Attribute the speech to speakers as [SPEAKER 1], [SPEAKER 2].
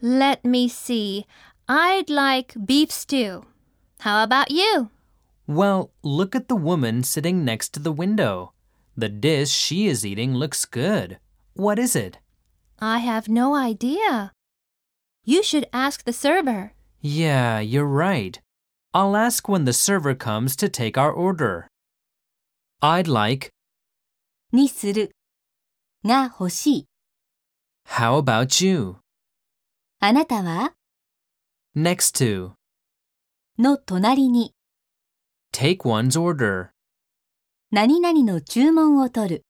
[SPEAKER 1] Let me see. I'd like beef stew. How about you?
[SPEAKER 2] Well, look at the woman sitting next to the window. The dish she is eating looks good. What is it?
[SPEAKER 1] I have no idea. You should ask the server.
[SPEAKER 2] Yeah, you're right. I'll ask when the server comes to take our order. I'd like,
[SPEAKER 3] にするが欲しい。
[SPEAKER 2] how about you?
[SPEAKER 3] あなたは
[SPEAKER 2] Next to,
[SPEAKER 3] の隣に
[SPEAKER 2] take one's order.
[SPEAKER 3] 何々の注文を取る。